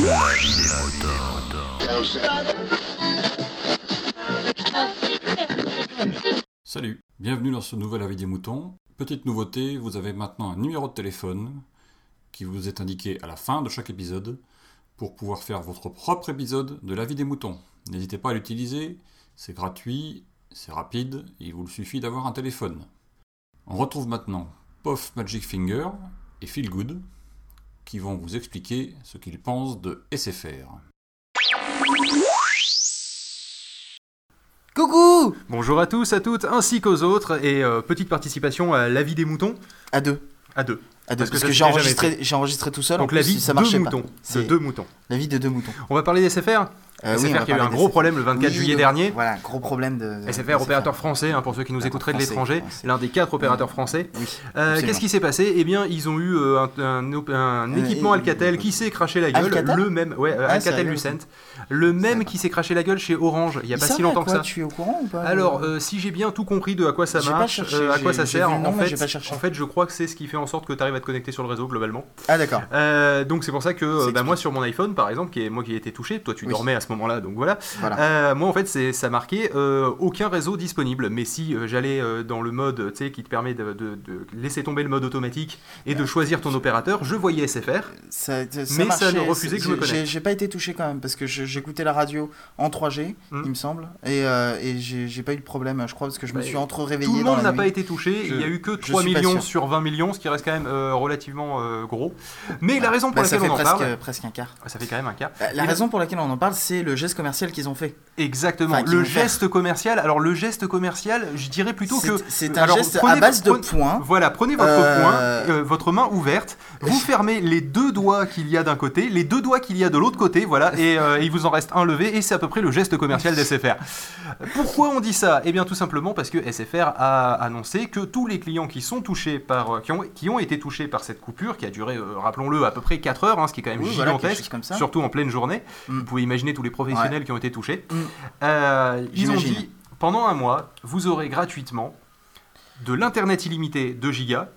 La vie des motards. Salut, bienvenue dans ce nouvel avis des moutons. Petite nouveauté, vous avez maintenant un numéro de téléphone qui vous est indiqué à la fin de chaque épisode pour pouvoir faire votre propre épisode de l'avis des moutons. N'hésitez pas à l'utiliser, c'est gratuit, c'est rapide, il vous suffit d'avoir un téléphone. On retrouve maintenant Puff Magic Finger et Feel Good qui vont vous expliquer ce qu'ils pensent de SFR. Coucou Bonjour à tous, à toutes, ainsi qu'aux autres, et euh, petite participation à l'avis des moutons. À deux. À deux. À deux, parce, que, que j'ai enregistré, j'ai enregistré tout seul. Donc en la plus, vie Ah ça de marchait deux pas. moutons. De C'est deux moutons. La vie de deux moutons. On va parler d'SFR Euh, SFR oui, on va qui a eu parler un des gros SFR. problème le 24 Oui, juillet le- dernier. Voilà, gros problème de. SFR, opérateur français, hein, pour ceux qui nous écouteraient de Ah, Français, l'étranger, français. l'un des quatre opérateurs français. Oui, Euh, absolument. Qu'est-ce qui s'est passé Eh bien, ils ont eu euh, un, un op- un Euh, équipement et- Alcatel qui s'est craché la gueule. Alcatel le même, ouais, euh, Ah, c'est Alcatel rigolo, Lucent. Le pas. même qui s'est craché la gueule chez Orange, il n'y a Il pas sert si à longtemps quoi, que ça. Tu es au courant ou pas Alors, euh, si j'ai bien tout compris de à quoi ça J'ai pas marche, cherché, euh, à quoi j'ai- ça j'ai sert, vu le nom, en mais fait, j'ai pas cherché. en fait, je crois que c'est ce qui fait en sorte que tu arrives à te connecter sur le réseau globalement. Ah d'accord. Euh, donc c'est pour ça que euh, bah, explique. moi sur mon iPhone par exemple, qui est moi qui ai été touché, toi tu Oui. dormais à ce moment-là, donc voilà. Voilà. Euh, moi en fait c'est ça marquait euh, aucun réseau disponible. Mais si euh, j'allais euh, dans le mode euh, tu sais qui te permet de, de- de laisser tomber le mode automatique et de choisir ton opérateur, je voyais SFR. Ça, mais ça marchait, ne refusait que je me j'ai- connecte. j'ai- J'ai pas été touché quand même parce que je- j'écoutais la radio en 3G, Hmm. il me semble, et, euh, et j'ai j'ai pas eu de problème, je crois, parce que je me Bah, suis entre réveillé. Tout le dans monde la n'a nuit. pas été touché. Je- Il y a eu que je 3 suis pas millions sûr. sur 20 millions, ce qui reste quand même euh, relativement euh, gros. Mais la raison pour Bah, ça fait laquelle on en presque, parle, presque un quart. ça fait quand même un cas. Bah, La Et la- raison pour laquelle on en parle, c'est le geste commercial qu'ils ont fait. Exactement. Enfin, qu'ils le vont faire. geste commercial. Alors le geste commercial, je dirais plutôt C'est- que C'est un alors, geste à prenez- base de prenez- points. Voilà, prenez votre Euh, poing, euh, votre main ouverte, vous fermez les deux doigts qu'il y a d'un côté, les deux doigts qu'il y a de l'autre côté, voilà, et euh, il vous en reste un levé, et c'est à peu près le geste commercial d'SFR. Pourquoi on dit ça Eh bien, tout simplement parce que SFR a annoncé que tous les clients qui sont touchés par, euh, qui ont, qui ont été touchés par cette coupure, qui a duré, euh, rappelons-le, à peu près 4 heures, hein, ce qui est quand même Oui, voilà, quelque gigantesque, chose comme ça. surtout en pleine journée. Mm. Vous pouvez imaginer tous les professionnels qui ont été touchés. Mm. Euh, ils ont J'imagine. dit pendant un mois, vous aurez gratuitement de l'internet illimité 2 gigas,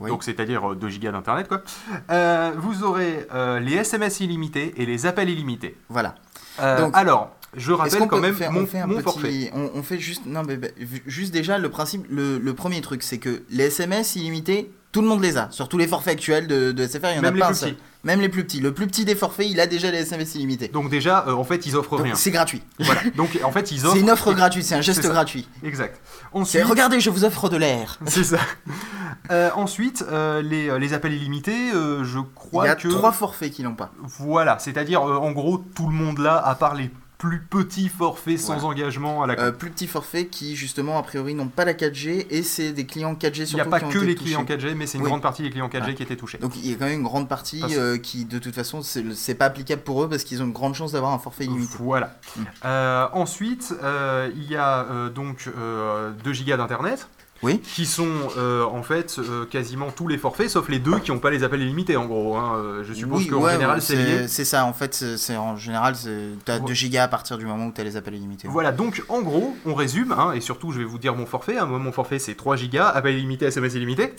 Oui. donc c'est-à-dire euh, 2 gigas d'internet quoi. Euh, vous aurez euh, les SMS illimités et les appels illimités. Voilà. Euh, Donc, alors, je Est-ce rappelle qu'on quand peut même faire- mon, on fait un mon petit- forfait. On, on fait juste, non mais bah, vu- juste déjà le principe, le, le premier truc, c'est que les SMS illimités, tout le monde les a. Sur tous les forfaits actuels de, de SFR, il y en Même a les pas un plus seul. petits. Même les plus petits. Le plus petit des forfaits, il a déjà les SMS illimités. Donc déjà, euh, en fait, ils offrent Donc, rien. c'est gratuit. Voilà. Donc en fait, ils offrent. C'est une offre gratuite, c'est un geste ça. gratuit. Exact. C'est Ensuite, regardez, je vous offre de l'air. c'est ça. Euh, ensuite, euh, les, euh, les appels illimités, euh, je Il crois y a que trois forfaits qui l'ont pas. voilà, c'est-à-dire euh, en gros tout le monde là, à part les plus petits forfaits sans Voilà. engagement à la. Euh, plus petits forfaits qui justement a priori n'ont pas la 4G et c'est des clients 4G Il n'y a surtout pas qui ont que été les touchés. clients 4G, mais c'est une Oui. grande partie des clients 4G Voilà. qui étaient touchés. Donc il y a quand même une grande partie Parce- euh, qui de toute façon c'est c'est pas applicable pour eux parce qu'ils ont une grande chance d'avoir un forfait illimité. Voilà. Mm. Euh, ensuite, euh, il y a euh, donc euh, 2 gigas d'internet. Oui. Qui sont euh, en fait euh, quasiment tous les forfaits, sauf les deux qui n'ont pas les appels illimités en gros. hein. Euh, Je suppose Oui, qu'en ouais, général ouais, c'est lié. C'est ça, en fait, c'est c'est- en général, c'est- t'as Ouais. 2 gigas à partir du moment où t'as les appels illimités. Voilà, donc en gros, on résume, hein, et surtout je vais vous dire mon forfait. hein. Moi, mon forfait c'est 3 gigas, appel illimité, SMS illimité.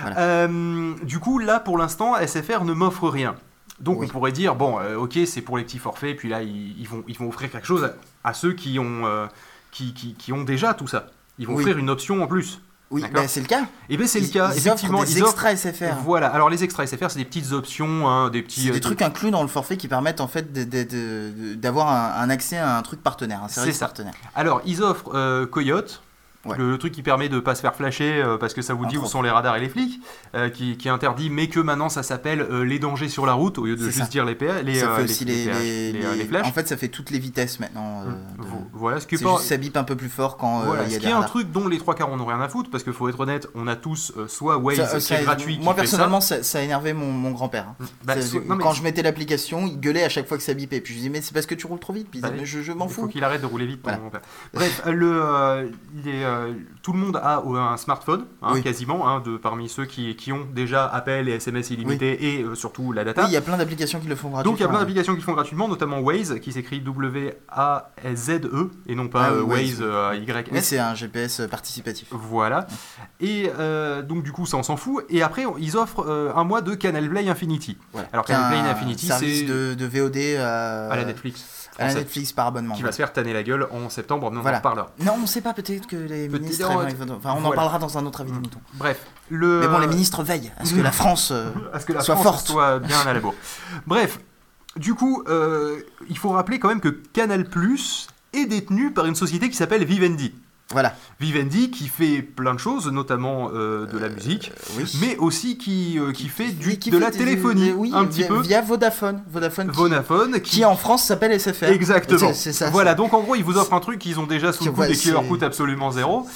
Voilà. Euh, du coup, là pour l'instant, SFR ne m'offre rien. Donc Oui. on pourrait dire, bon, euh, ok, c'est pour les petits forfaits, puis là ils, ils vont, ils vont offrir quelque chose à, à ceux qui ont, euh, qui, qui- qui ont déjà tout ça. Ils vont Oui. offrir une option en plus. Oui, D'accord. bah, c'est le cas. Et bien c'est le Ils- cas, Ils effectivement, offrent des ils offrent. extras SFR. Voilà, alors les extras SFR, c'est des petites options, hein, des petits. C'est euh, des trucs inclus dans le forfait qui permettent en fait de- de- de- d'avoir un, un accès à un truc partenaire, un service C'est ça. partenaire. Alors, ils offrent euh, Coyote, Ouais. le, le truc qui permet de pas se faire flasher euh, parce que ça vous dit Entre où autres. sont les radars et les flics, euh, qui, qui est interdit, mais que maintenant ça s'appelle euh, les dangers sur la route au lieu de C'est juste ça. dire les PA, les, ça euh, fait les- aussi les les, PH, les- les, euh, les les- flashs. En fait, ça fait toutes les vitesses maintenant. euh, de- Vo- Voilà, ce qui est, C'est pas- juste ça bip un peu plus fort quand euh, il voilà, y ce a qui des est un radars. truc dont les trois quarts on n'ont rien à foutre, parce qu'il faut être honnête, on a tous euh, soit Waze Ça, euh, qui ça- est gratuit, moi qui fait ça. personnellement, ça, ça a énervé mon, mon grand-père. hein. Bah, Ça- so- non, mais quand je mettais l'application, il gueulait à chaque fois que ça bipait. Puis je disais, mais c'est parce que tu roules trop vite. Puis il disait, Bah oui. mais je, je m'en Il faut fous. qu'il arrête de rouler vite. ton Voilà. grand-père. Bref, euh, le, euh, les, euh, euh, tout le monde a euh, un smartphone, hein, Oui. quasiment, hein, de, parmi ceux qui, qui ont déjà appel et SMS illimités et euh, surtout la data. Oui, il y a plein d'applications qui le font gratuitement. Donc il y a plein d'applications qui font gratuitement, notamment Waze, qui s'écrit W-A-Z-E, et non pas Ah oui, euh, Waze. Waze euh, Y-S. Oui, c'est un GPS euh, participatif. Voilà. Et euh, donc du coup, ça on s'en fout. Et après, on- ils offrent euh, un mois de Canal Play Infinity. Voilà. Alors C'est Canal Play un Infinity, service c'est de, de VOD euh, à la Netflix à la française, Netflix par abonnement. qui va se faire tanner la gueule en septembre. mais On Voilà. en reparlera. Non, on ne sait pas, peut-être que les Peut-être ministres. en- aimeraient- Enfin, on en Voilà. Euh, parlera dans un autre avis des Mm. moutons. Bref. Le, Mais bon, les ministres veillent à ce que la mmh. France. euh, à ce que la soit France forte. soit bien à la bourre. Bref, du coup, euh, il faut rappeler quand même que Canal Plus est détenu par une société qui s'appelle Vivendi. Voilà. Vivendi qui fait plein de choses, notamment euh, de la musique, Oui. mais aussi qui, euh, qui fait du, Oui, qui de fait la des- téléphonie, des- oui, un petit via, peu. Via Vodafone. Vodafone qui, Vodafone qui, qui en France s'appelle SFR. Exactement. C'est- c'est ça, voilà, c'est- donc en gros, ils vous offrent un truc qu'ils ont déjà sous le Qui- coude ouais, et qui leur c'est- coûte absolument zéro.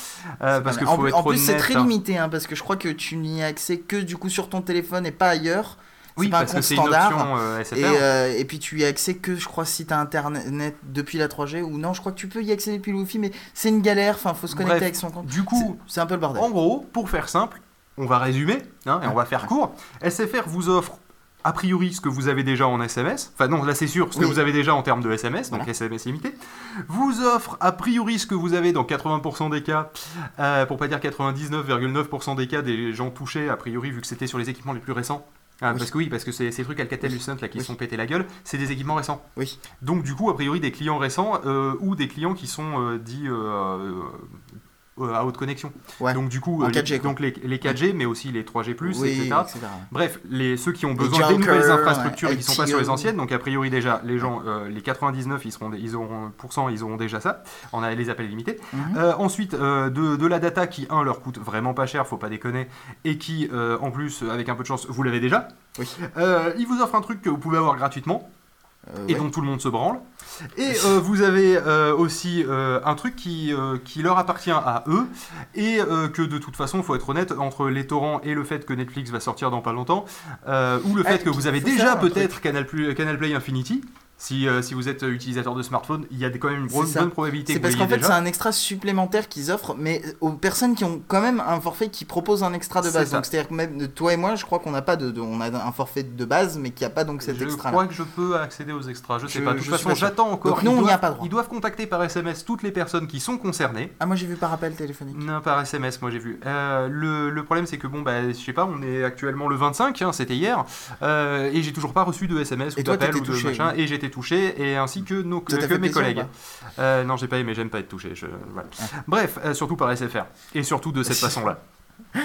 euh, parce que en, faut plus- être en plus, c'est honnête, très hein. limité, hein, parce que je crois que tu n'y as accès que du coup sur ton téléphone et pas ailleurs. C'est Oui, pas un parce que compte c'est une standard. option euh, SFR. Et, euh, et puis tu y as accès que, je crois, si t'as internet depuis la 3G ou non, je crois que tu peux y accéder depuis le Wi-Fi, mais c'est une galère. Enfin, faut se connecter Bref, avec son compte. du coup, C'est- c'est un peu le bordel. En gros, pour faire simple, on va résumer hein, et on va faire court. SFR vous offre a priori ce que vous avez déjà en SMS. Enfin non, là c'est sûr, ce que Oui. vous avez déjà en termes de SMS, donc Voilà. SMS limité. Vous offre a priori ce que vous avez dans 80% des cas, euh, pour pas dire 99,9% des cas des gens touchés, a priori vu que c'était sur les équipements les plus récents. Ah, Oui. Parce que oui, parce que c'est ces trucs Alcatel Lucent là qui Oui. se sont pété la gueule, c'est des équipements récents. Oui. Donc du coup, a priori des clients récents euh, ou des clients qui sont euh, dits euh, euh, à haute connexion. Ouais. Donc du coup, En euh, 4G, les, quoi. donc les, les 4G, mais aussi les 3G+, Oui, etc. Bref, les, ceux qui ont besoin des junkers, nouvelles infrastructures et ouais, qui sont pas sur les LTE. anciennes, donc a priori déjà, les gens, euh, les 99, ils seront, ils auront, pourcent, ils auront déjà ça. On a les appels limités. Mhm. Euh, ensuite, euh, de, de la data qui, un, leur coûte vraiment pas cher, faut pas déconner, et qui, euh, en plus, avec un peu de chance, vous l'avez déjà. Oui. Euh, ils vous offrent un truc que vous pouvez avoir gratuitement Euh, et ouais. donc tout le monde se branle. Et euh, vous avez euh, aussi euh, un truc qui, euh, qui leur appartient à eux, et euh, que de toute façon, faut être honnête, entre les torrents et le fait que Netflix va sortir dans pas longtemps, euh, ou le Ah, fait que vous avez faut déjà faire un peut-être Canal, Plus- Canal Play Infinity, si, euh, si vous êtes utilisateur de smartphone, il y a quand même une C'est bonne, ça. bonne probabilité C'est que vous parce l'ayez qu'en fait, c'est déjà. un extra supplémentaire qu'ils offrent, mais euh, aux personnes qui ont quand même un forfait qui propose un extra de C'est base. ça. Donc, c'est-à-dire que même euh, toi et moi, je crois qu'on n'a pas de, de- on a un forfait de base, mais qui a pas donc cet je extra. crois que je peux accéder aux extras, je sais Je- pas. De je toute suis façon, pas sûr. j'attends encore. Donc, nous, ils on n'y a doivent- pas droit. Ils doivent contacter par SMS toutes les personnes qui sont concernées. Ah, moi j'ai vu par appel téléphonique. Non, par SMS, moi j'ai vu. Euh, le, le problème, c'est que bon, bah, je sais pas, on est actuellement le 25, hein, c'était hier, euh, et j'ai toujours pas reçu de SMS ou Et toi, d'appel t'étais ou de touché, machin, et j'étais touché, et ainsi que, nos, Ça t'a que fait mes plaisir Ah. ou collègues. pas Euh, non, j'ai pas aimé, j'aime pas être touché. je- voilà. Bref, euh, surtout par SFR, et surtout de cette façon-là.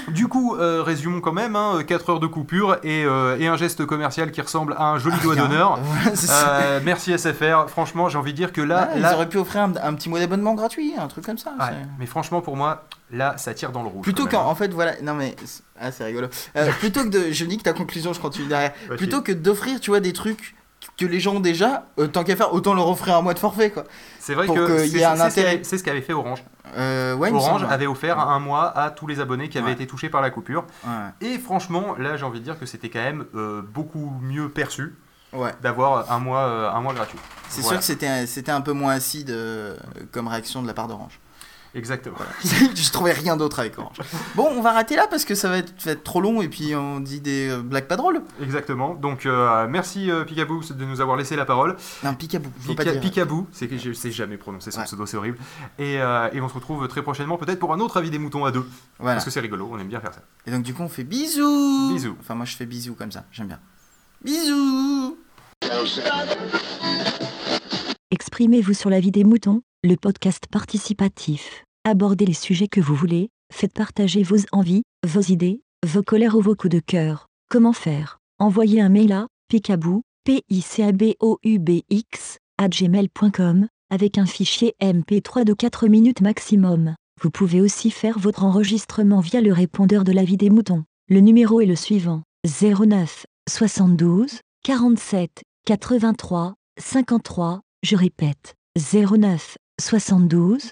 Du coup, euh, résumons quand même, 4 heures de coupure et, euh, et un geste commercial qui ressemble à un joli doigt Ah, Rien. d'honneur. Voilà, c'est ça. Euh, merci SFR, franchement, j'ai envie de dire que là, Ah, là- Ils auraient pu offrir un, un petit mot d'abonnement gratuit, un truc comme ça. Ouais, c'est- mais franchement, pour moi, là, ça tire dans le rouge. Plutôt quand qu'en même. en fait voilà non mais c'est- ah c'est rigolo Euh, plutôt que de je nique ta conclusion je continue derrière Ok. plutôt que d'offrir tu vois des trucs que les gens ont déjà euh, tant qu'à faire autant leur offrir un mois de forfait quoi C'est vrai pour que qu'il y c'est- ait un c'est- c'est ce intérêt. qu'avait- C'est ce qu'avait fait Orange. Euh, ouais, il me Orange semble. avait offert un mois à tous les abonnés qui avaient Ouais. été touchés par la coupure. ouais, Et franchement, là, j'ai envie de dire que c'était quand même euh, beaucoup mieux perçu ouais. d'avoir un mois, euh, un mois gratuit. c'est Voilà. sûr que c'était c'était un peu moins acide euh, comme réaction de la part d'Orange Exactement. je trouvais rien d'autre avec Orange bon on va rater là parce que ça va être, ça va être trop long et puis on dit des euh, blagues pas drôles Exactement. Donc, euh, merci euh, Picaboo de nous avoir laissé la parole. non picabou faut pas Pica- dire. Picaboo, c'est que je sais jamais prononcer son Ouais. pseudo, c'est horrible. Et, euh, et on se retrouve très prochainement, peut-être pour un autre avis des moutons à deux. voilà Parce que c'est rigolo, on aime bien faire ça. et donc du coup on fait bisous Bisous. enfin moi je fais bisous comme ça j'aime bien bisous Exprimez-vous sur la vie des moutons, le podcast participatif. Abordez les sujets que vous voulez, faites partager vos envies, vos idées, vos colères ou vos coups de cœur. Comment faire Envoyez un mail à picabou, p i c a b o u b x à gmail.com avec un fichier MP3 de 4 minutes maximum. Vous pouvez aussi faire votre enregistrement via le répondeur de la vie des moutons. Le numéro est le suivant 09 72 47 83 53, je répète, 09 72